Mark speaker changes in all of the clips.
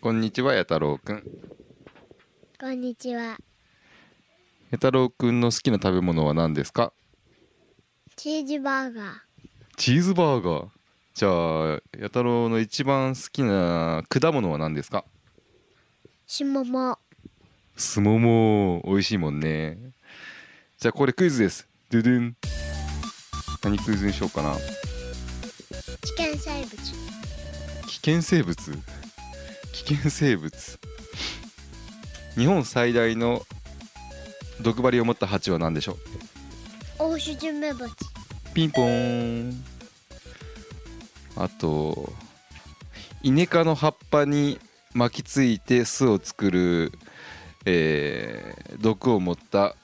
Speaker 1: こんにちは、や太郎くん。
Speaker 2: こんにちは。
Speaker 1: や太郎くんの好きな食べ物は何ですか
Speaker 2: チーズバーガー。
Speaker 1: チーズバーガー。じゃあ、や太郎の一番好きな果物は何ですか
Speaker 2: しもも。
Speaker 1: すもも、美味しいもんね。じゃあ、これクイズです。ドゥドゥン。何クイズにしようかな。
Speaker 2: 危険生物。
Speaker 1: 危険生物危険生物日本最大の毒針を持った蜂は何でしょう
Speaker 2: オオシジメバチ。
Speaker 1: ピンポーンあとイネ科の葉っぱに巻きついて巣を作る、えー毒を持った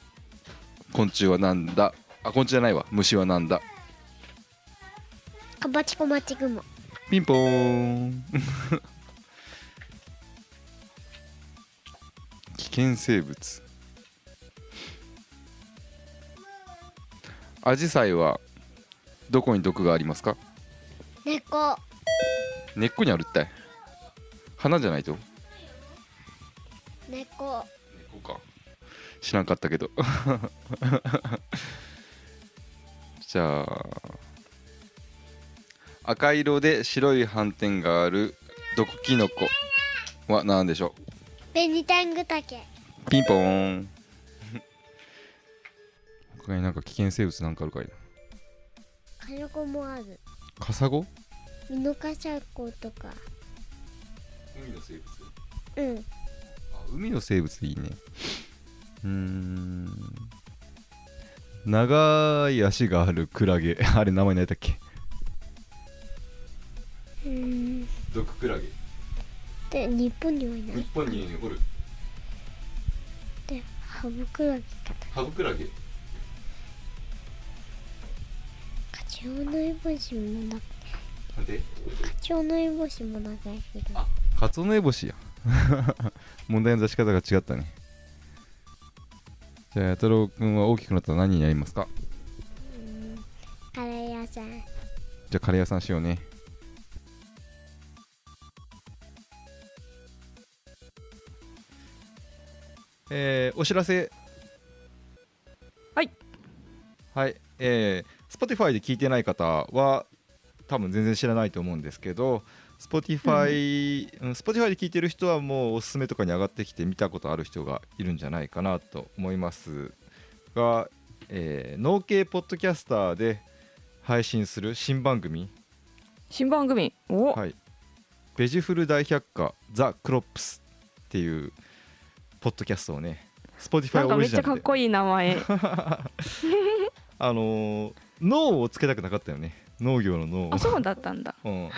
Speaker 1: 昆虫はなんだあ昆虫じゃないわ虫はなんだ
Speaker 2: カバチコマチグモ。
Speaker 1: ピンポーン 危険生物アジサイはどこに毒がありますか
Speaker 2: 猫。
Speaker 1: 根っこにあるったい花じゃないと
Speaker 2: 猫。
Speaker 1: こうか知らんかったけど じゃあ赤色で白い斑点がある毒キノコは何でしょ
Speaker 2: ベニタングタケ。
Speaker 1: うピンポーン 他になんか危険生物なんかあるかいな
Speaker 2: カルコもある。
Speaker 1: カサゴ
Speaker 2: ミノカサコとか。
Speaker 1: 海の生物
Speaker 2: うん。
Speaker 1: あ海の生物いいねうーん長い足があるクラゲ あれ名前何だっけ
Speaker 2: うん。
Speaker 1: 毒クラゲ
Speaker 2: で、日本にはいない。
Speaker 1: 本に残る
Speaker 2: で、ハブクラゲかな。
Speaker 1: ハブクラゲ
Speaker 2: カチョウのイボシもな、
Speaker 1: なんで
Speaker 2: カチョウのイボシも長いけど。
Speaker 1: あカツオノエボシや 問題の出し方が違ったねじゃあ弥太郎君は大きくなったら何になりますか
Speaker 2: うん。カレー屋さん。
Speaker 1: じゃあカレー屋さんしようねえー、お知らせ
Speaker 3: はい
Speaker 1: はいえー、Spotify で聞いてない方は多分全然知らないと思うんですけど Spotify,、うん、Spotify で聞いてる人はもうおすすめとかに上がってきて見たことある人がいるんじゃないかなと思いますが、えー、農系ポッドキャスターで配信する新番組
Speaker 3: 新番組お、
Speaker 1: はい、ベジフル大百科ザ・クロップスっていうポッドキャストをね
Speaker 3: な
Speaker 1: Spotify
Speaker 3: んか
Speaker 1: オ
Speaker 3: め
Speaker 1: リ
Speaker 3: っ
Speaker 1: ジ
Speaker 3: ち
Speaker 1: ナ
Speaker 3: ゃ
Speaker 1: ル
Speaker 3: かっ
Speaker 1: で
Speaker 3: こいい 名前
Speaker 1: あのー脳をつけたくなかったよね農業の脳を
Speaker 3: あ、そうだったんだ
Speaker 1: うん、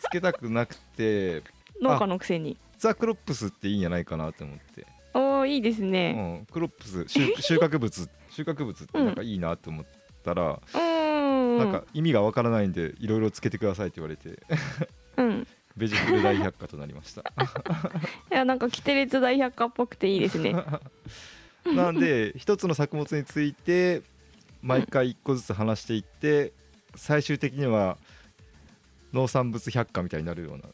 Speaker 1: つけたくなくて
Speaker 3: 農家のくせに
Speaker 1: ザ・クロップスっていいんじゃないかなと思って、
Speaker 3: おーいいです
Speaker 1: う
Speaker 3: ね
Speaker 1: ん、クロップス収収穫物収穫物ってなんかいいなと思ったら、
Speaker 3: うーん
Speaker 1: なんか意味がわからないんでいろいろつけてくださいって言われて
Speaker 3: うん
Speaker 1: ベジフル大百科となりました
Speaker 3: いやなんかキテレツ大百科っぽくていいですね
Speaker 1: なんで一つの作物について毎回一個ずつ話していって最終的には農産物百科みたいになるような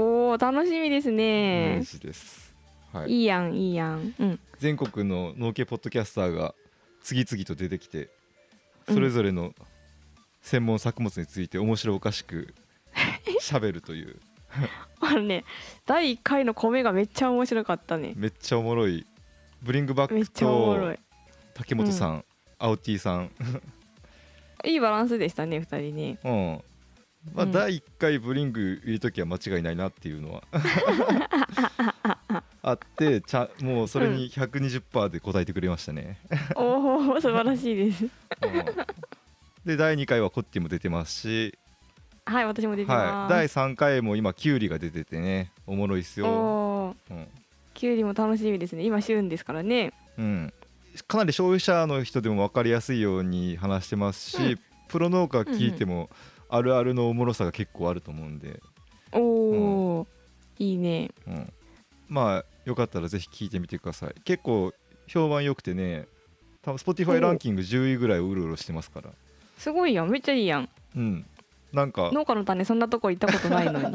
Speaker 3: おー楽しみです
Speaker 1: イメー
Speaker 3: ね
Speaker 1: ジです。はい、
Speaker 3: いいやんいいやんうん
Speaker 1: 全国の農家ポッドキャスターが次々と出てきて
Speaker 3: うん
Speaker 1: それぞれの専門作物について面白おかし く喋るという
Speaker 3: あのね第1回の米がめっちゃ面白かったね
Speaker 1: めっちゃおもろいブリングバ
Speaker 3: め
Speaker 1: ッ
Speaker 3: っ
Speaker 1: ク
Speaker 3: ちゃおもろ
Speaker 1: と
Speaker 3: い
Speaker 1: 竹本さん、青 T さん
Speaker 3: いいバランスでしたね2人ね
Speaker 1: うんまあ、
Speaker 3: うん
Speaker 1: 第1回ブリング入れときは間違いないなっていう のはあってちゃもうそれに120%で答えてくれましたね、
Speaker 3: おお素晴らしいです
Speaker 1: うんで第2回はコッティも出てますし、
Speaker 3: はい私も出て
Speaker 1: は
Speaker 3: ま
Speaker 1: い、第
Speaker 3: す、
Speaker 1: 3回も今キュウリが出ててねおもろいっす
Speaker 3: お
Speaker 1: よ、
Speaker 3: お
Speaker 1: う
Speaker 3: ー
Speaker 1: ん
Speaker 3: キュウリも楽しみですね今旬ですからね
Speaker 1: うんかなり消費者の人でも分かりやすいように話してますし、
Speaker 3: うん
Speaker 1: プロ農家聞いてもあるあるのおもろさが結構あると思うんで、
Speaker 3: おお、いいね
Speaker 1: うん、まあよかったらぜひ聞いてみてください結構評判良くてね多分 Spotify ランキング10位ぐらいをうろうろしてますから
Speaker 3: すごいやんめっちゃいいやん
Speaker 1: うんなんか
Speaker 3: 農家の種そんなとこ行ったことないのに
Speaker 1: い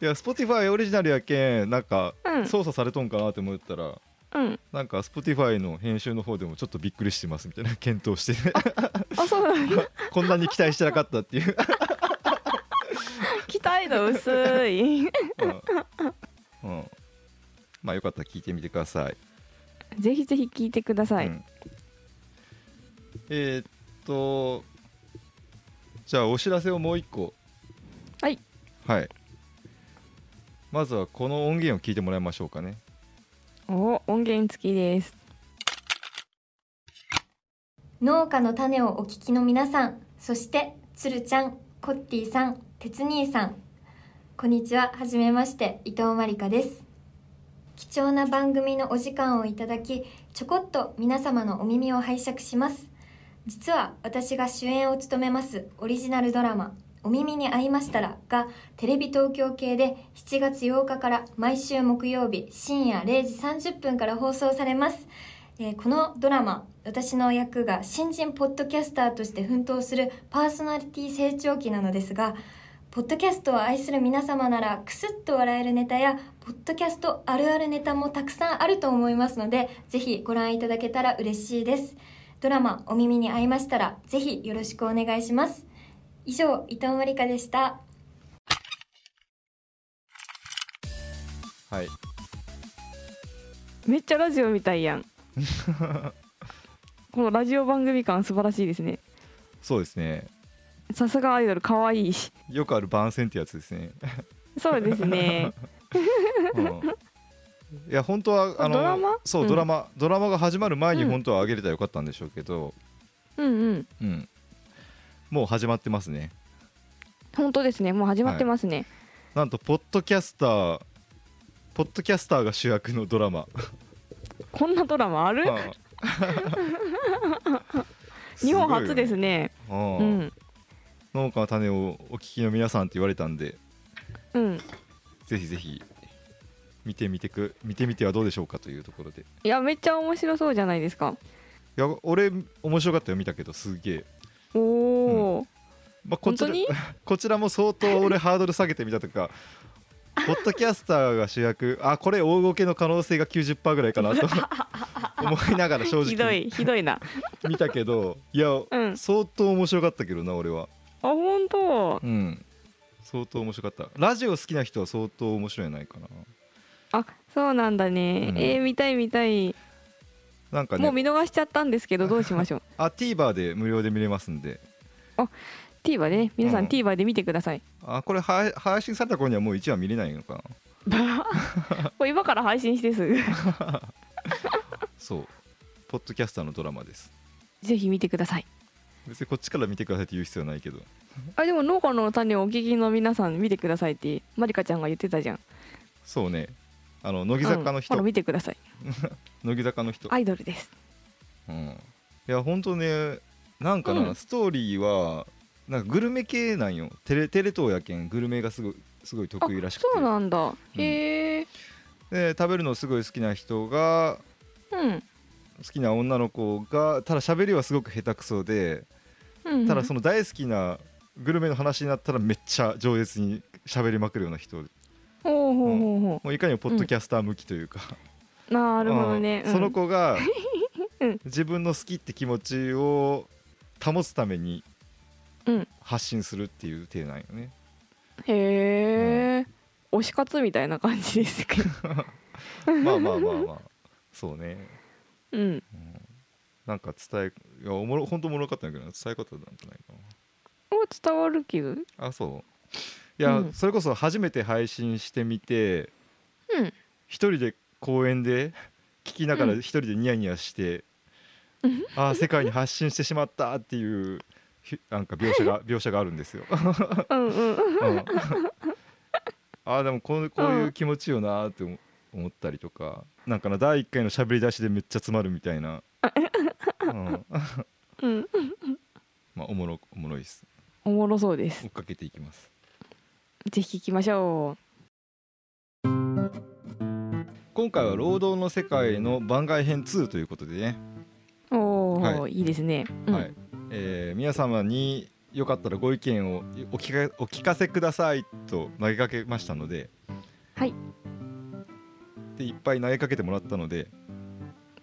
Speaker 1: や Spotify オリジナルやけんなんか
Speaker 3: うん
Speaker 1: 操作されとんかなって思ったら
Speaker 3: うん
Speaker 1: なんか Spotify の編集の方でもちょっとびっくりしてますみたいな検討して ね
Speaker 3: あそうなんだ
Speaker 1: こんなに期待してなかったって いう、
Speaker 3: 期待度薄 い
Speaker 1: うんうんまあよかったら聞いてみてください
Speaker 3: ぜひぜひ聞いてください、
Speaker 1: うんえーっとじゃあお知らせをもう一個
Speaker 3: はい
Speaker 1: はいまずはこの音源を聞いてもらいましょうかね
Speaker 3: お音源付きです
Speaker 4: 農家の種をお聞きの皆さんそしてつるちゃんコッティさん鉄兄さんこんにちははじめまして伊藤まりかです貴重な番組のお時間をいただきちょこっと皆様のお耳を拝借します実は私が主演を務めますオリジナルドラマ「お耳に合いましたら」がテレビ東京系で7月8日から毎週木曜日深夜0時30分から放送されますえーこのドラマ私の役が新人ポッドキャスターとして奮闘するパーソナリティ成長期なのですがポッドキャストを愛する皆様ならクスッと笑えるネタやポッドキャストあるあるネタもたくさんあると思いますのでぜひご覧いただけたら嬉しいですドラマ「お耳に合いましたら」ぜひよろしくお願いします以上伊藤まりかでした
Speaker 1: はい
Speaker 3: めっちゃラジオみたいや んこのラジオ番組感素晴らしいですね
Speaker 1: そうですね
Speaker 3: さすがアイドル可愛いし
Speaker 1: よくある番宣ってやつですね、
Speaker 3: そうです ね
Speaker 1: うんい や本当はあの
Speaker 3: ドラマ
Speaker 1: そううんドラマ、ドラマが始まる前に
Speaker 3: うん
Speaker 1: 本当は上げれたらよかったんでしょうけど、
Speaker 3: うんうん
Speaker 1: うん、もう始まってますね
Speaker 3: 本当ですねもう始まってますね、
Speaker 1: なんとポッドキャスターポッドキャスターが主役のドラマ
Speaker 3: こんなドラマある
Speaker 1: はい
Speaker 3: 日本初ですすね
Speaker 1: ごいよ
Speaker 3: う
Speaker 1: ねうん
Speaker 3: ん
Speaker 1: 農家の種をお聞きの皆さんって言われたんで
Speaker 3: うん
Speaker 1: ぜひぜひ見てみてく見てみてはどうでしょうかというところでい
Speaker 3: いやめっちゃ面白そうじゃないですか
Speaker 1: や俺面白かったよ見たけどすげえ、
Speaker 3: おお、
Speaker 1: まあ、こ
Speaker 3: 本
Speaker 1: ち
Speaker 3: 当
Speaker 1: ら
Speaker 3: に
Speaker 1: こちらも相当俺ハードル下げてみたと かポッドキャスターが主役あこれ大ゴケの可能性が90%ぐらいかな と思いながら正
Speaker 3: ひど
Speaker 1: 直
Speaker 3: いひどいな
Speaker 1: 見たけどいや、
Speaker 3: うんあ
Speaker 1: 相当面白かったけどな俺は
Speaker 3: 本当
Speaker 1: うん相当面白かったラジオ好きな人は相当面白いんじゃないかな
Speaker 3: あそうなんだね、
Speaker 1: うん
Speaker 3: えー見たい見たい
Speaker 1: なんか
Speaker 3: もう見
Speaker 1: ね
Speaker 3: 逃しちゃったんですけどどうし ましょう
Speaker 1: あ TVer で無料で見れますんで
Speaker 3: TVer でね皆さ
Speaker 1: うんん
Speaker 3: TVer で見てください、
Speaker 1: あこれは配信された頃にはもう1話見れないのかな
Speaker 3: これ今から配信して すぐ
Speaker 1: そうポッドキャスターのドラマです
Speaker 3: ぜひ見てください
Speaker 1: 別にこっちから見てくださいって言う必要はないけど
Speaker 3: あでも農家の種をお聞きの皆さん見てくださいってまりかちゃんが言ってたじゃん
Speaker 1: そうねあの乃木坂の人、
Speaker 3: うんほら見てください
Speaker 1: 乃木坂の人、
Speaker 3: アイドルです
Speaker 1: うん、いやほんとねなんかな、
Speaker 3: うん
Speaker 1: ストーリーはなんかグルメ系なんよテレテレ東やけんグルメがすごいすごい
Speaker 3: あ
Speaker 1: 得意らしくて
Speaker 3: そうなんだへえ
Speaker 1: で食べるのすごい好きな人が
Speaker 3: うん
Speaker 1: 好きな女の子がただ喋りはすごく下手くそで
Speaker 3: うん
Speaker 1: ただそ
Speaker 3: の
Speaker 1: の大好きなグルメの話になったらめっちゃ饒舌に喋りまくるような人も
Speaker 3: ほうほうほうほ
Speaker 1: ういかにもポッドキャスター向きというか、
Speaker 3: うなるほどね、
Speaker 1: うんその
Speaker 3: 子
Speaker 1: 子が
Speaker 3: うん
Speaker 1: 自分の好きって気持ちを保つために
Speaker 3: うん
Speaker 1: 発信するっていう体なんよね、
Speaker 3: へえ、推し活みたいな感じですけ ど
Speaker 1: まあまあまあまあそうね
Speaker 3: うん
Speaker 1: なんか伝えいやおもろ本当おもろかったんだけどな伝え方なんじゃないかな
Speaker 3: もう伝わるけどうん
Speaker 1: あそういや、
Speaker 3: うん
Speaker 1: それこそ初めて配信してみて
Speaker 3: うん
Speaker 1: 一人で公園で聞きながら
Speaker 3: うん
Speaker 1: 一人でニヤニヤして、
Speaker 3: うん
Speaker 1: ああ世界に発信してしまったっていうひなんか描写が描写があるんですよ。
Speaker 3: うん
Speaker 1: うんああでもこうこういう気持ちよなーって思思ったりとかなんかな第1回の喋り出しでめっちゃ詰まるみたいな、うん、
Speaker 3: うん
Speaker 1: まあおもろおもろいです
Speaker 3: おもろそうです
Speaker 1: 追っかけていきます。
Speaker 3: ぜひ聞きましょ
Speaker 1: 今回は労働の世界の番外編2ということでね、
Speaker 3: うおお、、
Speaker 1: はい
Speaker 3: いですね、うん
Speaker 1: はいえー皆様によかったらご意見をお聞かお聞かせくださいと投げかけましたので
Speaker 3: はい
Speaker 1: でいっぱい投げかけてもらったので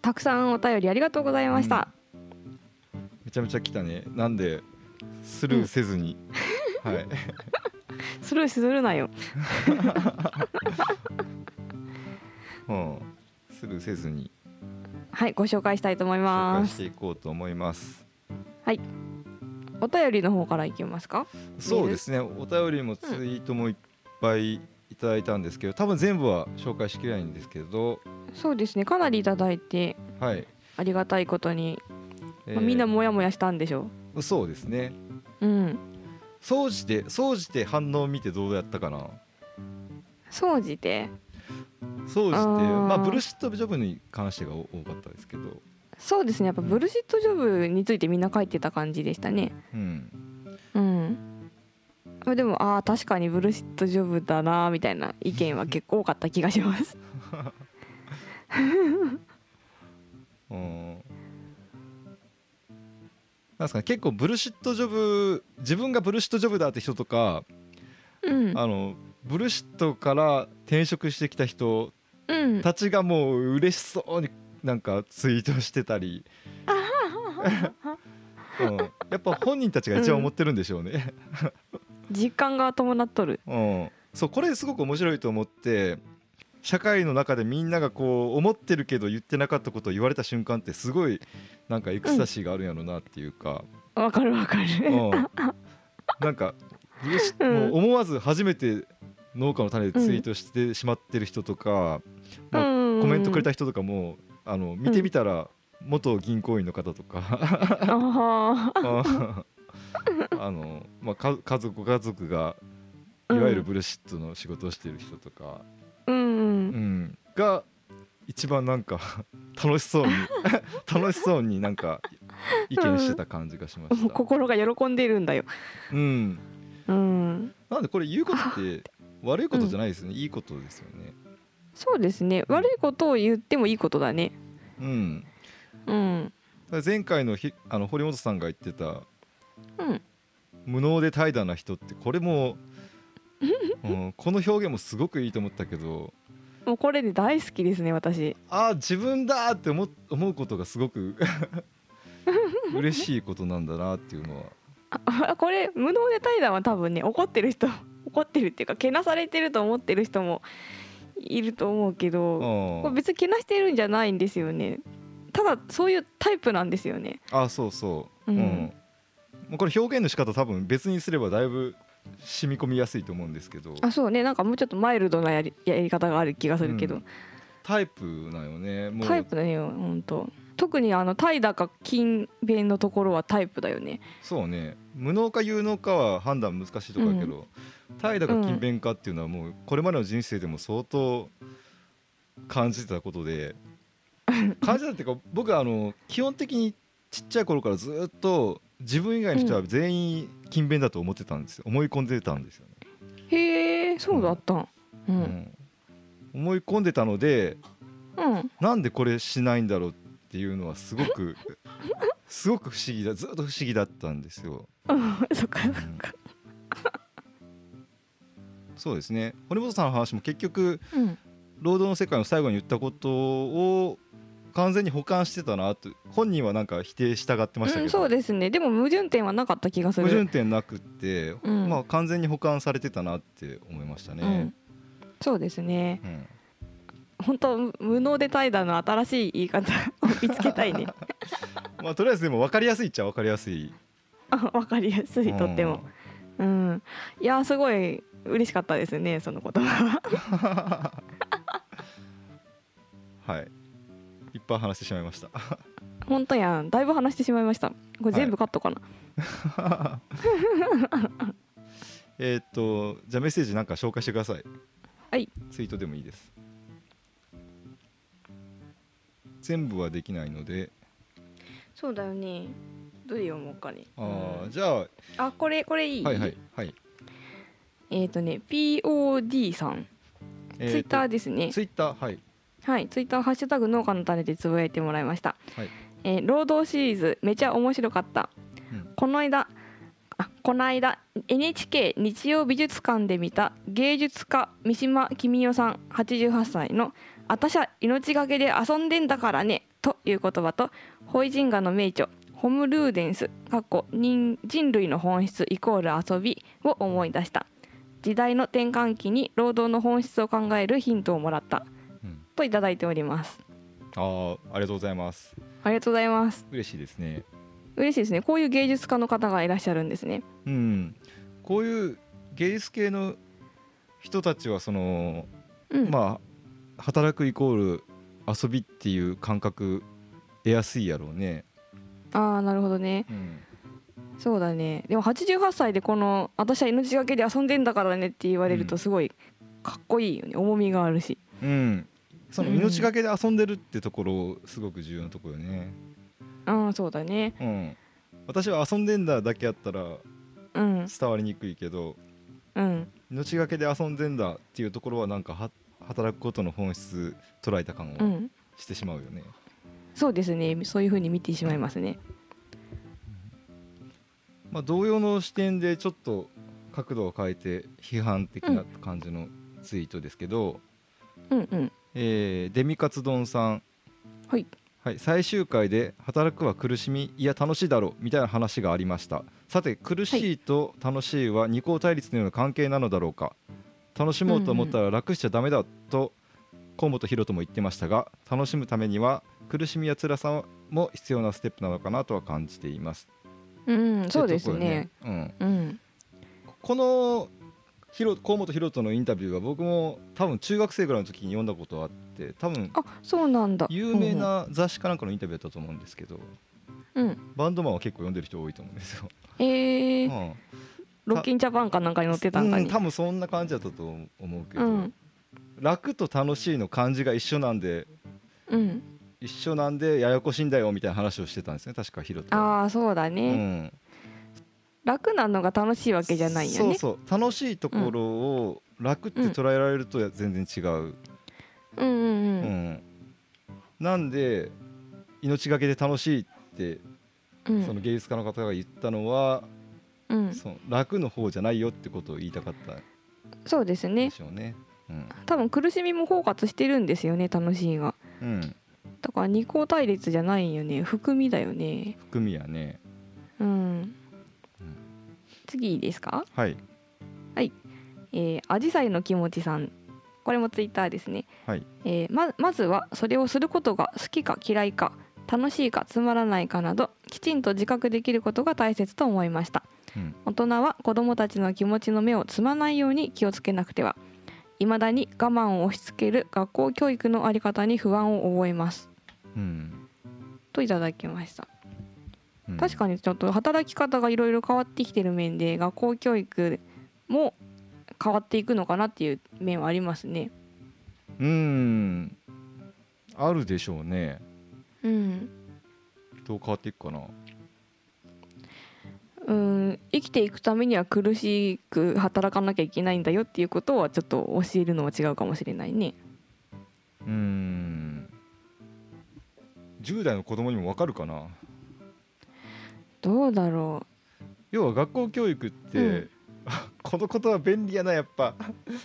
Speaker 3: たくさんお便りありがとうございました、
Speaker 1: めちゃめちゃ来たねなんでスルーせずに、はい
Speaker 3: スルーするなよ
Speaker 1: うん、スルーせずに
Speaker 3: はいご紹介したいと思い
Speaker 1: 紹
Speaker 3: ま
Speaker 1: 介し
Speaker 3: す
Speaker 1: ていこうと思います。
Speaker 3: お便りの方からいきますか
Speaker 1: そうですねお便りもツイートもいっぱいいただいたんですけど多分全部は紹介しきれないんですけど
Speaker 3: そうですねかなりいただいて
Speaker 1: はい、
Speaker 3: ありがたいことに、
Speaker 1: え
Speaker 3: まあみんなモヤモヤしたんでしょ
Speaker 1: もそうですね
Speaker 3: ううん
Speaker 1: 総じて総じて反応を見てどうやったかな
Speaker 3: 総じて
Speaker 1: 総じて
Speaker 3: あー
Speaker 1: まあブルシットジョブに関してが多多かったですけど
Speaker 3: そうですねやっぱブルシットジョブについてみんな書いてた感じでしたね
Speaker 1: うん
Speaker 3: うんまあでもああ確かにブルシットジョブだなーみたいな意見は結構多かった気がします
Speaker 1: うんなんですかね結構ブルシットジョブ自分がブルシットジョブだって人とか
Speaker 3: う ん
Speaker 1: あのブルシットから転職してきた人
Speaker 3: うん
Speaker 1: たちがもう嬉しそうになんかツイートしてたり、うん、やっぱ本人たちが一番思ってるんでしょうね、
Speaker 3: 実感が伴っとる
Speaker 1: うん、そうこれすごく面白いと思って社会の中でみんながこう思ってるけど言ってなかったことを言われた瞬間ってすごいなんかエクスタシーがあるんやろなっていうか、
Speaker 3: わかるわか
Speaker 1: う
Speaker 3: る
Speaker 1: ん、なんかよし
Speaker 3: うん
Speaker 1: もう思わず初めて農家の種でツイートしてしまってる人とか、まあ
Speaker 3: コ
Speaker 1: コメントくれた人とかもあの見てみたら元銀行員の方とか
Speaker 3: あはー
Speaker 1: あの、まあ、か家族ご家族がいわゆるブルシットの仕事をしてる人とか、
Speaker 3: うん
Speaker 1: うんが一番なんか 楽しそうに 楽しそうになんか意見してた感じがしま
Speaker 3: も
Speaker 1: し
Speaker 3: う
Speaker 1: た。
Speaker 3: 心が喜んでいるんだよ
Speaker 1: うん、
Speaker 3: うん
Speaker 1: なんでこれ言うことって悪いことじゃないですね、いいことですよね。
Speaker 3: そうですね悪いことを言ってもいいことだね
Speaker 1: うん、
Speaker 3: うん
Speaker 1: だから前回のひあの堀本さんが言ってた
Speaker 3: うん
Speaker 1: 無能で怠惰な人ってこれ も、うん、この表現もすごくいいと思ったけど
Speaker 3: もうこれで大好きですね私
Speaker 1: ああ自分だーって思思うことがすごく 嬉しいことなんだなっていうのは
Speaker 3: あ これ無能で怠惰は多分ね怒ってる人 怒ってるっていうかけなされてると思ってる人もいると思うけ
Speaker 1: う
Speaker 3: どこれ
Speaker 1: ん
Speaker 3: 別にけなしてるんじゃないんですよねただそういうタイプなんですよね
Speaker 1: あそうそう、
Speaker 3: う
Speaker 1: うんんもうこれ表現の仕方多分別にすればだいぶ染み込みやすいと思うんですけど
Speaker 3: あそうねなんかもうちょっとマイルドなやりやり方がある気がするけど、
Speaker 1: うんタイプなよねもう
Speaker 3: タイプだよ本当特にあの怠惰か勤勉のところはタイプだよね
Speaker 1: そうね無能か有能かは判断難しいところだけど、怠惰か勤勉かっていうのはもうこれまでの人生でも相当感じてたこと で感じてたっていうか僕はあの基本的にちっちゃい頃からずっと自分以外の人は全員勤勉だと思ってたんですよ思い込んでたんですよね。
Speaker 3: へえそうだったんうん
Speaker 1: うん思い込んでたので
Speaker 3: うん、
Speaker 1: なんでこれしないんだろうっていうのはすご くすごく不思議だずっと不思議だったんですよ。
Speaker 3: うん そっかそっか
Speaker 1: そうですね堀本さんの話も結局
Speaker 3: うん
Speaker 1: 労働の世界の最後に言ったことを完全に補完してたなと本人はなんか否定したがってました
Speaker 3: う
Speaker 1: け
Speaker 3: ん、
Speaker 1: ど、
Speaker 3: そうですねでも矛盾点はなかった気がする
Speaker 1: 矛盾点なくって、
Speaker 3: うん
Speaker 1: まあ、完全に補完されてたなって思いました
Speaker 3: う
Speaker 1: ね
Speaker 3: ん。、そうですね
Speaker 1: うん
Speaker 3: 本当無能で怠惰の新しい言い方 を見つけたいね
Speaker 1: まあ、とりあえずでも分かりやすいっちゃ分かりやすい。
Speaker 3: あわかりやすいとってもうんいやすごい嬉しかったですねその言葉
Speaker 1: うん。はい。いっぱい話してしまいました。
Speaker 3: 本当やんだいぶ話してしまいましたこれ全部カットかな、
Speaker 1: えーっとじゃあメッセージなんか紹介してください
Speaker 3: はい
Speaker 1: ツイートでもいいです全部はできないので
Speaker 3: そうだよねどれ読もうかね
Speaker 1: あー、
Speaker 3: うん
Speaker 1: じゃあは
Speaker 3: あこれこれいい、
Speaker 1: いはいはい
Speaker 3: えっ、とね POD さん、ツイッターですね
Speaker 1: ツイッターはい
Speaker 3: はい、ツイッターハッシュタグ農家の種でつぶやいてもらいました。
Speaker 1: はい
Speaker 3: えー労働シリーズめちゃ面白かった。
Speaker 1: うん
Speaker 3: この間、あ、この間 NHK 日曜美術館で見た芸術家三島公代さん88歳の「あたしゃ命がけで遊んでんだからね」という言葉とホイジンガの名著「ホムルーデンス」かっこ人人類の本質イコール遊びを思い出した時代の転換期に労働の本質を考えるヒントをもらった
Speaker 1: うん
Speaker 3: といただいております
Speaker 1: あーありがとうございます
Speaker 3: ありがとうございます
Speaker 1: 嬉しいですね
Speaker 3: 嬉しいですねこういう芸術家の方がいらっしゃるんですね
Speaker 1: うんこういう芸術系の人たちはその、
Speaker 3: うん、
Speaker 1: まあ働くイコール遊びっていう感覚得やすいやろうね、
Speaker 3: ああなるほどね
Speaker 1: うん、
Speaker 3: そうだねでも88歳でこの「私は命がけで遊んでんだからね」って言われる
Speaker 1: う
Speaker 3: と
Speaker 1: ん
Speaker 3: すごいかっこいいよね重みがあるし
Speaker 1: うん、その
Speaker 3: うん
Speaker 1: 命がけで遊んでるってところすごく重要なところよね、
Speaker 3: うんそうだね
Speaker 1: うん、私は遊んでんだだけやったら
Speaker 3: うん
Speaker 1: 伝わりにくいけど
Speaker 3: うん
Speaker 1: 命がけで遊んでんだっていうところはなんかは働くことの本質捉えた感
Speaker 3: う
Speaker 1: を
Speaker 3: ん
Speaker 1: してしまうよね、
Speaker 3: そうですねそういうふうに見てしまいますね
Speaker 1: まあ、同様の視点でちょっと角度を変えて批判的な感じのツイートですけど、
Speaker 3: うんうん
Speaker 1: えーデミカツ丼さん、
Speaker 3: はい
Speaker 1: はい、最終回で「働くは苦しみいや楽しいだろ」みたいな話がありましたさて苦しいと楽しいは二項対立のような関係なのだろうか楽しもうと思ったら楽しちゃダメだと河本ロトも言ってましたが楽しむためには苦しみや辛さも必要なステップなのかなとは感じています。
Speaker 3: うんそうです
Speaker 1: っていう
Speaker 3: ね
Speaker 1: ところよねうん
Speaker 3: うん
Speaker 1: このひろ河本ロトのインタビューは僕も多分中学生ぐらいの時に読んだことあって多分
Speaker 3: あそうなんだ
Speaker 1: 有名な雑誌かなんかのインタビューだったと思うんですけど
Speaker 3: うん、うん、
Speaker 1: バンドマンは結構読んでる人多いと思うんですよ。
Speaker 3: え
Speaker 1: う
Speaker 3: ー、
Speaker 1: ん
Speaker 3: ロッキンジャパンかなんかに載ってたんか
Speaker 1: う
Speaker 3: に
Speaker 1: ん多分そんな感じだったと思うけ
Speaker 3: う
Speaker 1: ど、
Speaker 3: ん
Speaker 1: 楽と楽しいの漢字が一緒なんで
Speaker 3: うん
Speaker 1: 一緒なんでややこしいんだよみたいな話をしてたんですね確かヒロと。
Speaker 3: ああそうだ
Speaker 1: う
Speaker 3: ね、
Speaker 1: ん、
Speaker 3: 楽なのが楽しいわけじゃないよね
Speaker 1: そうそう楽しいところを楽って捉えられると全然違うう
Speaker 3: うんうんうん
Speaker 1: ん、なんで命がけで楽しいって、
Speaker 3: うん
Speaker 1: その芸術家の方が言ったのは、
Speaker 3: うん
Speaker 1: その楽の方じゃないよってことを言いたかったん
Speaker 3: そうです
Speaker 1: で
Speaker 3: ね
Speaker 1: しょうね。うん
Speaker 3: 多分苦しみも包括してるんですよね楽しいが
Speaker 1: うん、
Speaker 3: だから二項対立じゃないよね含みだよね
Speaker 1: 含みやね。
Speaker 3: うん次いいですか
Speaker 1: はい
Speaker 3: えー、アジサイの気持ちさんこれもツイッターですね、
Speaker 1: はい
Speaker 3: えーままずはそれをすることが好きか嫌いか楽しいかつまらないかなどきちんと自覚できることが大切と思いました、
Speaker 1: うん
Speaker 3: 大人は子どもたちの気持ちの目をつまないように気をつけなくてはいまだに我慢を押し付ける学校教育のあり方に不安を覚えます
Speaker 1: うん
Speaker 3: といただきました
Speaker 1: うん、
Speaker 3: 確かにちょっと働き方がいろいろ変わってきてる面で学校教育も変わっていくのかなっていう面はありますね。
Speaker 1: うんあるでしょうね
Speaker 3: うん、
Speaker 1: どう変わっていくかな。
Speaker 3: うん生きていくためには苦しく働かなきゃいけないんだよっていうことはちょっと教えるのは違うかもしれないね。
Speaker 1: うん10代の子供にもわかるかな
Speaker 3: どうだろ
Speaker 1: 要は学校教育って、
Speaker 3: うん
Speaker 1: このことは便利やなやっぱ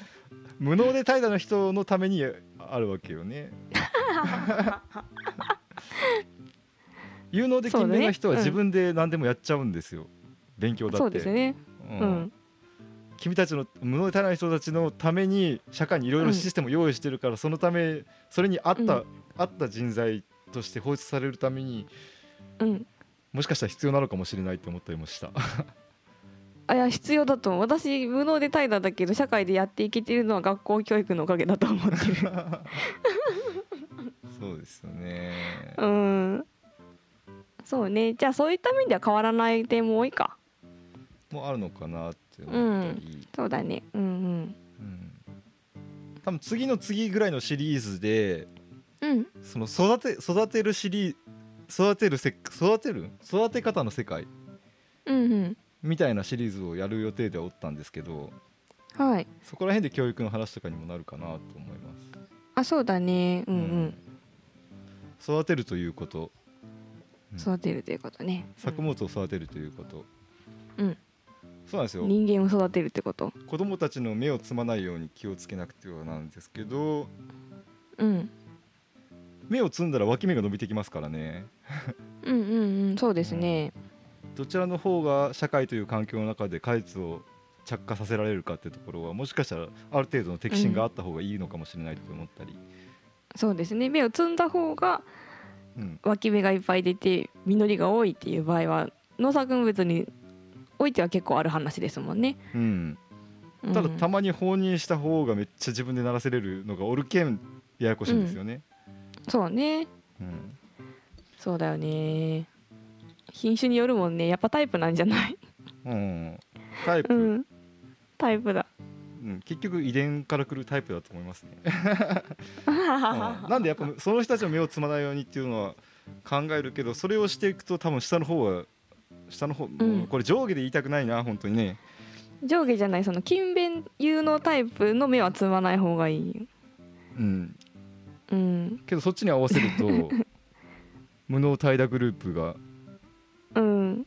Speaker 1: 無能で怠惰な人のためにあるわけよね有能で勤勉な人は
Speaker 3: そう
Speaker 1: 自
Speaker 3: だねう
Speaker 1: 分
Speaker 3: ん
Speaker 1: で何でもやっちゃうんですよ、勉強
Speaker 3: う
Speaker 1: だ
Speaker 3: そう
Speaker 1: っ
Speaker 3: です
Speaker 1: て、
Speaker 3: ね。
Speaker 1: う
Speaker 3: うんん、
Speaker 1: 君たちの無能で怠惰な人たちのために社会にいろいろシステムを用意してるから、そのためそれに合った、
Speaker 3: うん
Speaker 1: 合った人材として放出されるために
Speaker 3: うん、
Speaker 1: もしかしたら必要なのかもしれないって思ったりもした。
Speaker 3: あいや必要だと思う私無能で怠惰だけど社会でやっていけてるのは学校教育のおかげだと思ってる。
Speaker 1: そうですよね。
Speaker 3: うんそうねじゃあそういった面では変わらない点も多いか
Speaker 1: もうあるのかなって思ったり、
Speaker 3: そうだねうん
Speaker 1: うん多分次の次ぐらいのシリーズで
Speaker 3: うんうん
Speaker 1: その育て育てるシリー育てるせ育てる育て方の世界
Speaker 3: うん
Speaker 1: みたいなシリーズをやる予定ではおったんですけど
Speaker 3: うんはい
Speaker 1: そこら辺で教育の話とかにもなるかなと思います。
Speaker 3: あそうだねうんうん、
Speaker 1: 育てるということうん
Speaker 3: 育てるということね
Speaker 1: 作物を育てるということ、
Speaker 3: うん
Speaker 1: そうなんですよ
Speaker 3: 人間を育てるってこと
Speaker 1: 子供たちの目をつまないように気をつけなくてはなんですけど
Speaker 3: うん
Speaker 1: 目をつんだら脇目が伸びてきますからね
Speaker 3: うんうんうんそうですね
Speaker 1: どちらの方が社会という環境の中で果実を着火させられるかってところはもしかしたらある程度の適心があった方がいいのかもしれないと思ったり、
Speaker 3: そうですね目を摘んだ方が
Speaker 1: うん、
Speaker 3: 脇芽がいっぱい出て実りが多いっていう場合は農作物においては結構ある話ですもんね。
Speaker 1: うん、
Speaker 3: うん
Speaker 1: ただたまに放任した方がめっちゃ自分で鳴らせれるのがおるけんややこしいんですよね。
Speaker 3: そうね
Speaker 1: うん
Speaker 3: そうだよね品種によるもんねやっぱタイプなんじゃない
Speaker 1: うんタイプ、
Speaker 3: う
Speaker 1: うん
Speaker 3: んタイプだ。
Speaker 1: 結局遺伝からくるタイプだと思いますね。うんなんでやっぱその人たちの目をつまないようにっていうのは考えるけどそれをしていくと多分下の方は下の方、もうこれ上下で言いたくないな本当にね。
Speaker 3: 上下じゃないその勤勉有能タイプの目は摘まない方がいいよ。
Speaker 1: うん、
Speaker 3: うん
Speaker 1: けどそっちに合わせると 無能怠惰グループが
Speaker 3: うん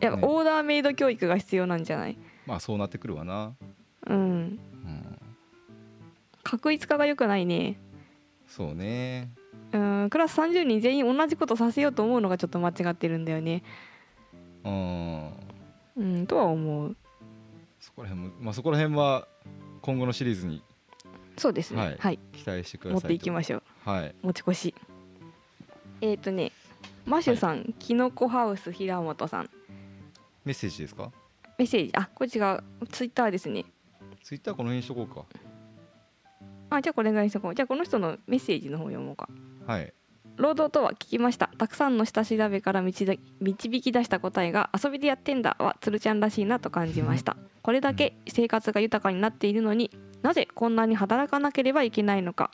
Speaker 3: やっ
Speaker 1: ね
Speaker 3: ぱオーダーメイド教育が必要なんじゃない、
Speaker 1: まあそうなってくるわな。
Speaker 3: うん
Speaker 1: うん、
Speaker 3: 確一化が良くないね
Speaker 1: そうね。
Speaker 3: うんクラス30人全員同じことさせようと思うのがちょっと間違ってるんだよね。
Speaker 1: うん
Speaker 3: うん、とは思う。
Speaker 1: そこら辺も、まあ、そこら辺は今後のシリーズに
Speaker 3: そうですね。
Speaker 1: は
Speaker 3: はいい、
Speaker 1: 期待してください
Speaker 3: 持っていきま
Speaker 1: し
Speaker 3: しょう。
Speaker 1: ょう。はい、
Speaker 3: 持ち越し。えっ、とね、マシュさん、キノコハウス平本さん、
Speaker 1: メッセージですか。
Speaker 3: メッセージ、あ、こっちがツイッターですね。
Speaker 1: ツイッターこの辺にしとこうか。
Speaker 3: あ、じゃあこれぐらいにしとこう。じゃあこの人のメッセージの方読もうか。
Speaker 1: はい。
Speaker 3: 労働とは聞きましたたくさんの下調べから導き導き出した答えが遊びでやってんだはつるちゃんらしいなと感じましたこれだけ生活が豊かになっているのになぜこんなに働かなければいけないのか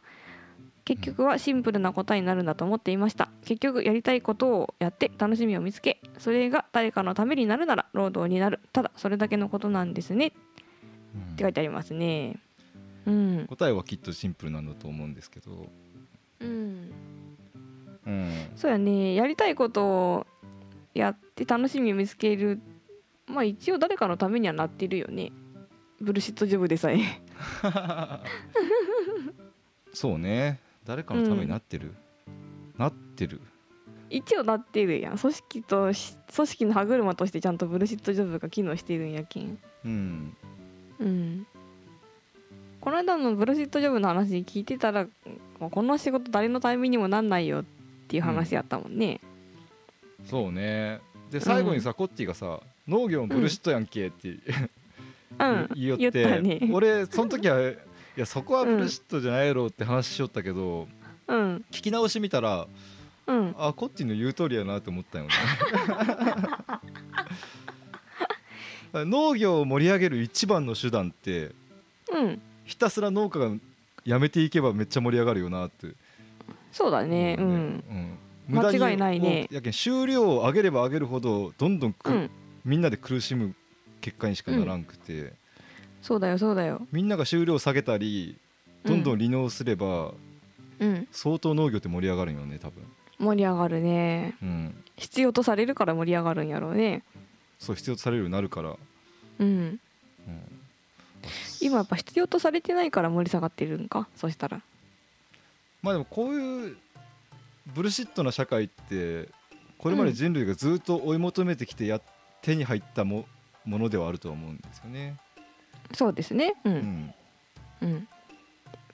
Speaker 3: 結局はシンプルな答えになるんだと思っていました結局やりたいことをやって楽しみを見つけそれが誰かのためになるなら労働になるただそれだけのことなんですねって書いてありますねうん
Speaker 1: 答えはきっとシンプルなんだと思うんですけど。
Speaker 3: うん
Speaker 1: うん。
Speaker 3: そうやねやりたいことをやって楽しみを見つけるまあ一応誰かのためにはなってるよねブルシットジョブでさえ
Speaker 1: そうね。誰かのためになってる。なってる。
Speaker 3: 一応なってるやん組織とし組織の歯車としてちゃんとブルシットジョブが機能してるんやけん
Speaker 1: うん。
Speaker 3: うんこの間のブルシットジョブの話聞いてたら、まあこの仕事誰のためにもなんないよっていう話やったもんね、
Speaker 1: そうね。で最後にさ、コッティがさ農業もブルシットやんけって、
Speaker 3: うん
Speaker 1: 言いよっ
Speaker 3: 言ってたね
Speaker 1: 俺その時 はいやそこはブルシットじゃないやろって話しよったけど、
Speaker 3: うん
Speaker 1: 聞き直してみたら
Speaker 3: うん
Speaker 1: あこっちの言う通りやなと思 ったよね農業を盛り上げる一番の手段って
Speaker 3: うん
Speaker 1: ひたすら農家がやめていけばめっちゃ盛り上がるよなって
Speaker 3: そうだね
Speaker 1: 思う
Speaker 3: うん、
Speaker 1: うん無駄に
Speaker 3: 間違いないね
Speaker 1: もうやけん収量を上げれば上げるほどどんどんく、
Speaker 3: うん、
Speaker 1: みんなで苦しむ結果にしかならんくて、
Speaker 3: そうだよそうだよ
Speaker 1: みんなが収量を下げたりどんど
Speaker 3: うん
Speaker 1: ん離農すれば、
Speaker 3: うん
Speaker 1: 相当農業って盛り上がるんよね多分、
Speaker 3: 盛り上がるね
Speaker 1: うん、
Speaker 3: 必要とされるから盛り上がるんやろうね
Speaker 1: そう必要とされるようになるから、
Speaker 3: う
Speaker 1: う
Speaker 3: ん
Speaker 1: ん
Speaker 3: 今やっぱ必要とされてないから盛り下がってるんかそしたら
Speaker 1: まあでもこういうブルシットな社会ってこれまで人類がずっと追い求めてきてや手に入ったもものではあるとは思うんですよね。
Speaker 3: そうですねう
Speaker 1: うんん、
Speaker 3: うん、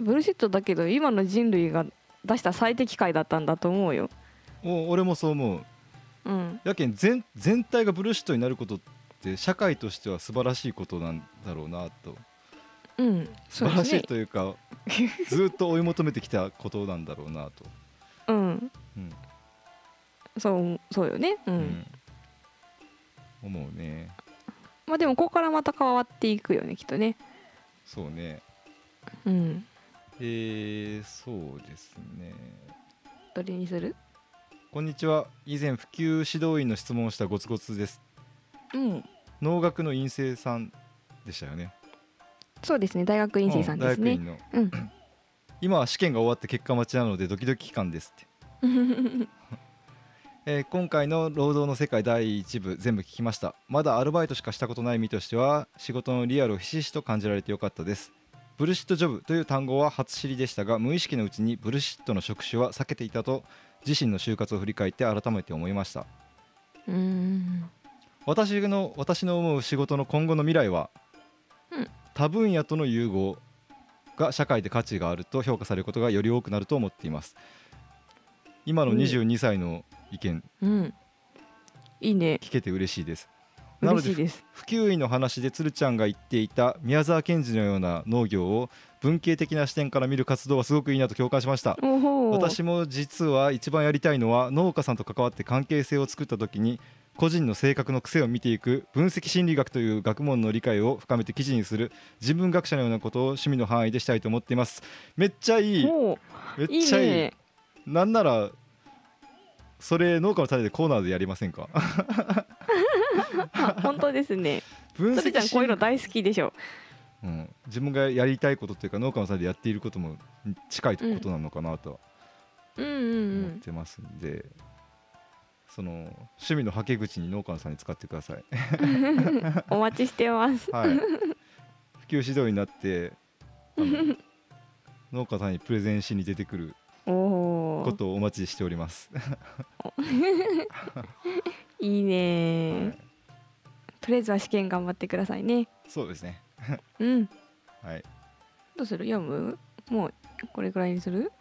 Speaker 3: ブルシットだけど今の人類が出した最適解だったんだと思うよ
Speaker 1: お俺もそう思う。
Speaker 3: うん
Speaker 1: やけん全全体がブルシットになることって社会としては素晴らしいことなんだろうなと
Speaker 3: うん
Speaker 1: 素
Speaker 3: そう
Speaker 1: 晴ら
Speaker 3: で
Speaker 1: し
Speaker 3: すね
Speaker 1: いというかずっと追い求めてきたことなんだろうなと。
Speaker 3: うん
Speaker 1: うん
Speaker 3: そうそうよねうん、
Speaker 1: うん思うね。
Speaker 3: まあでもここからまた変わっていくよねきっとね
Speaker 1: そうね。
Speaker 3: うん
Speaker 1: えー、そうですね。
Speaker 3: どれにする
Speaker 1: こんにちは以前普及指導員の質問をしたゴツゴツです
Speaker 3: うん
Speaker 1: 農学の院生さんでしたよね
Speaker 3: そうですね大学院生さんです
Speaker 1: う
Speaker 3: ね
Speaker 1: 大学院の
Speaker 3: うん
Speaker 1: 今は試験が終わって結果待ちなのでドキドキ期間ですってえー今回の労働の世界第1部全部聞きましたまだアルバイトしかしたことない身としては仕事のリアルをひしひしと感じられてよかったですブルシットジョブという単語は初知りでしたが無意識のうちにブルシットの職種は避けていたと自身の就活を振り返って改めて思いました
Speaker 3: うん
Speaker 1: 私の私の思う仕事の今後の未来は、
Speaker 3: うん
Speaker 1: 他分野との融合が社会で価値があると評価されることがより多くなると思っています今の
Speaker 3: うん
Speaker 1: 22歳の意見
Speaker 3: うんいいね
Speaker 1: 聞けて嬉しいですな
Speaker 3: 嬉
Speaker 1: の
Speaker 3: しい
Speaker 1: で
Speaker 3: です
Speaker 1: 普及医の話で鶴ちゃんが言っていた宮沢賢治のような農業を文系的な視点から見る活動はすごくいいなと共感しました
Speaker 3: おほ
Speaker 1: 私も実は一番やりたいのは農家さんと関わって関係性を作った時に個人の性格の癖を見ていく分析心理学という学問の理解を深めて記事にする人文学者のようなことを趣味の範囲でしたいと思っていますめっちゃいい
Speaker 3: も
Speaker 1: めっ
Speaker 3: ういい
Speaker 1: ちゃいい
Speaker 3: ね
Speaker 1: なんならそれ農家の種でコーナーでやりません か
Speaker 3: あ本当ですね
Speaker 1: 分
Speaker 3: つるち
Speaker 1: 析
Speaker 3: ゃんこうい
Speaker 1: 心
Speaker 3: うの大好きでしょ
Speaker 1: うん、自分がやりたいことというか農家の際でやっていることも近いことなのかなとは
Speaker 3: うんうん
Speaker 1: 思ってますんで、その趣味のはけ口に農家のさんに使ってください。
Speaker 3: うんお待ちしてま す
Speaker 1: はい、普及指導員になってあの農家さんにプレゼンしに出てくる
Speaker 3: お
Speaker 1: こ
Speaker 3: お
Speaker 1: とをお待ちしております。
Speaker 3: いいね、
Speaker 1: はい
Speaker 3: とりあえずは試験頑張ってくださいね
Speaker 1: そうですね、
Speaker 3: うん
Speaker 1: はい、
Speaker 3: どうする読むもうこれぐらいにする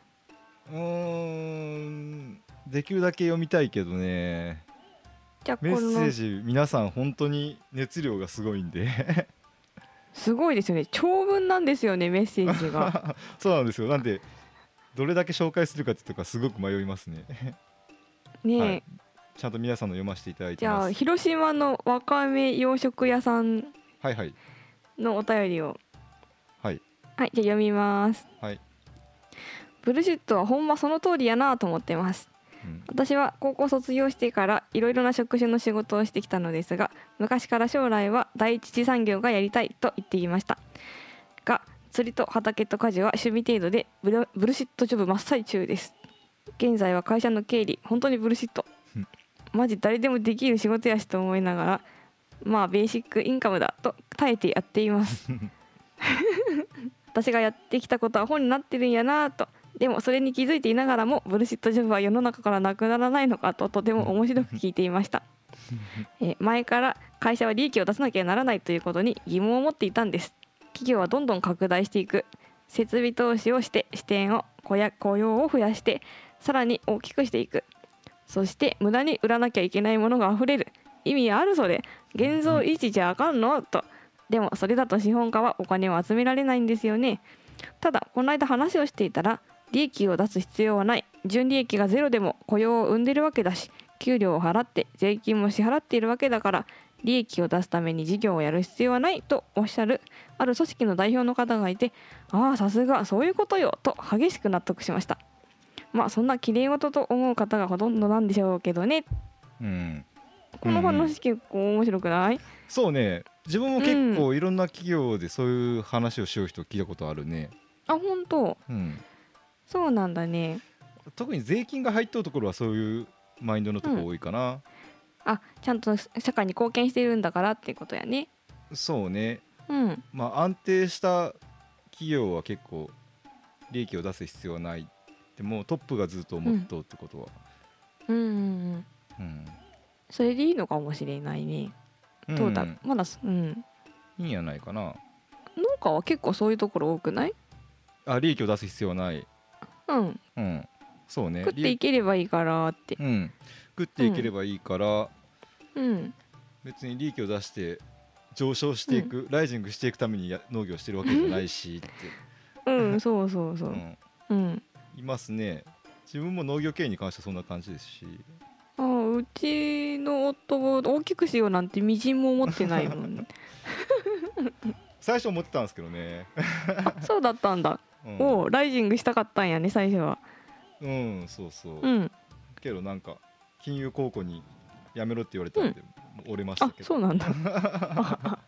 Speaker 1: うーんできるだけ読みたいけどね
Speaker 3: じゃあこ
Speaker 1: メッセー
Speaker 3: の
Speaker 1: ジ皆さん本当に熱量がすごいんで。
Speaker 3: すごいですよね長文なんですよねメッセージが
Speaker 1: そうなんですよ。なんで、どれだけ紹介するかってとか、すごく迷いますね。
Speaker 3: ねえ、
Speaker 1: はいちゃんと皆さんの読ませていただいて
Speaker 3: じゃ
Speaker 1: ま
Speaker 3: あ
Speaker 1: す。
Speaker 3: 広島のわかめ洋食屋さん
Speaker 1: はいはい。
Speaker 3: のお便りを
Speaker 1: はい。
Speaker 3: はいじゃあ読みます
Speaker 1: はい。
Speaker 3: ブルシットはほんまその通りやなと思ってます
Speaker 1: うん
Speaker 3: 私は高校卒業してからいろいろな職種の仕事をしてきたのですが昔から将来は第一次産業がやりたいと言っていましたが釣りと畑と家事は趣味程度でブルブルシットジョブ真っ最中です現在は会社の経理本当にブルシット
Speaker 1: うん
Speaker 3: マジ誰でもできる仕事やしと思いながらまあベーシックインカムだと耐えてやっています 私がやってきたことは本になってるんやなぁとでもそれに気づいていながらもブルシットジョブは世の中からなくならないのかととても面白く聞いていました、えー前から会社は利益を出さなきゃならないということに疑問を持っていたんです企業はどんどん拡大していく設備投資をして視点を雇や雇用を増やしてさらに大きくしていくそして無駄に売らなきゃいけないものがあふれる意味あるそれ現像維持じゃあかんのとでもそれだと資本家はお金を集められないんですよねただこの間話をしていたら利益を出す必要はない純利益がゼロでも雇用を生んでるわけだし給料を払って税金も支払っているわけだから利益を出すために事業をやる必要はないとおっしゃるある組織の代表の方がいてああさすがそういうことよと激しく納得しましたまあそんな綺麗事と思う方がほとんどなんでしょうけどね
Speaker 1: うん。
Speaker 3: この話結構面白くない、
Speaker 1: そうね。自分も結構いろんな企業でそういう話をしよう人聞いたことあるね。
Speaker 3: あ本当
Speaker 1: うん。
Speaker 3: そうなんだね
Speaker 1: 特に税金が入っとるところはそういうマインドのところ多いかな。
Speaker 3: あちゃんと社会に貢献してるんだからってことやね
Speaker 1: そうね。
Speaker 3: うん
Speaker 1: まあ安定した企業は結構利益を出す必要はない。でもトップがずっと思っとうってことは。
Speaker 3: うんうんうん
Speaker 1: うん。
Speaker 3: それでいいのかもしれないね
Speaker 1: ん
Speaker 3: どうだ、まだそうん
Speaker 1: いいんやないかな
Speaker 3: 農家は結構そういうところ多くない
Speaker 1: あ利益を出す必要はない
Speaker 3: うん
Speaker 1: うんそうね
Speaker 3: 食っていければいいからって
Speaker 1: 利益うん食っていければいいから、
Speaker 3: うん
Speaker 1: 別に利益を出して上昇していく、ライジングしていくためにや農業してるわけじゃないしって、、
Speaker 3: うんそうそう そううんうん
Speaker 1: いますね自分も農業経営に関してはそんな感じですし
Speaker 3: あうちの夫も大きくしようなんてみじんも思ってないも ん
Speaker 1: 最初思ってたんですけどね、
Speaker 3: あそうだったんだ、
Speaker 1: うん、
Speaker 3: おうライジングしたかったんやね最初は
Speaker 1: うんそうそう、
Speaker 3: うん
Speaker 1: けどなんか金融高校にやめろって言われたんで、折れました
Speaker 3: あ
Speaker 1: けど
Speaker 3: そうなんだ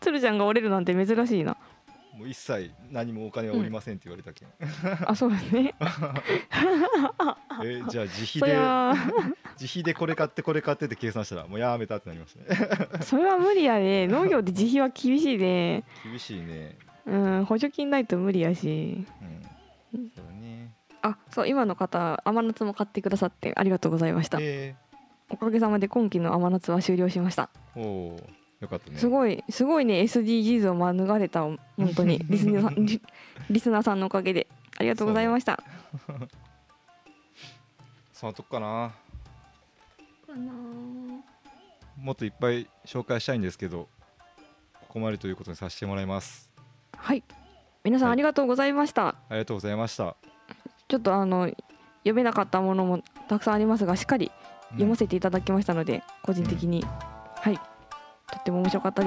Speaker 3: 鶴ちゃんが折れるなんて珍しいな
Speaker 1: もう一切何もお金はおりませんって言われたけん、
Speaker 3: あそうです ね
Speaker 1: えじゃあ自費
Speaker 3: そ
Speaker 1: で
Speaker 3: れは
Speaker 1: 自費でこれ買ってこれ買ってって計算したらもうやめたってなりましたね
Speaker 3: それは無理やで農業で自費は厳しいで
Speaker 1: 厳しいね
Speaker 3: うん補助金ないと無理やし
Speaker 1: うんそうだね
Speaker 3: あそう今の方甘夏も買ってくださってありがとうございました
Speaker 1: え
Speaker 3: おかげさまで今期の甘夏は終了しました
Speaker 1: ー、おおよかったね
Speaker 3: すごいすごいね SDGs を免れた本当 にリスナーさんリリスナーさんのおかげでありがとうございました
Speaker 1: そのとこかな
Speaker 4: かなー
Speaker 1: もっといっぱい紹介したいんですけどここまでということにさせてもらいます
Speaker 3: はい皆さん
Speaker 1: はい
Speaker 3: ありがとうございました、
Speaker 1: ありがとうございました、
Speaker 3: ちょっとあの読めなかったものもたくさんありますがしっかり
Speaker 1: うん
Speaker 3: 読ませていただきましたので、個人的に、はいとっても面白かったです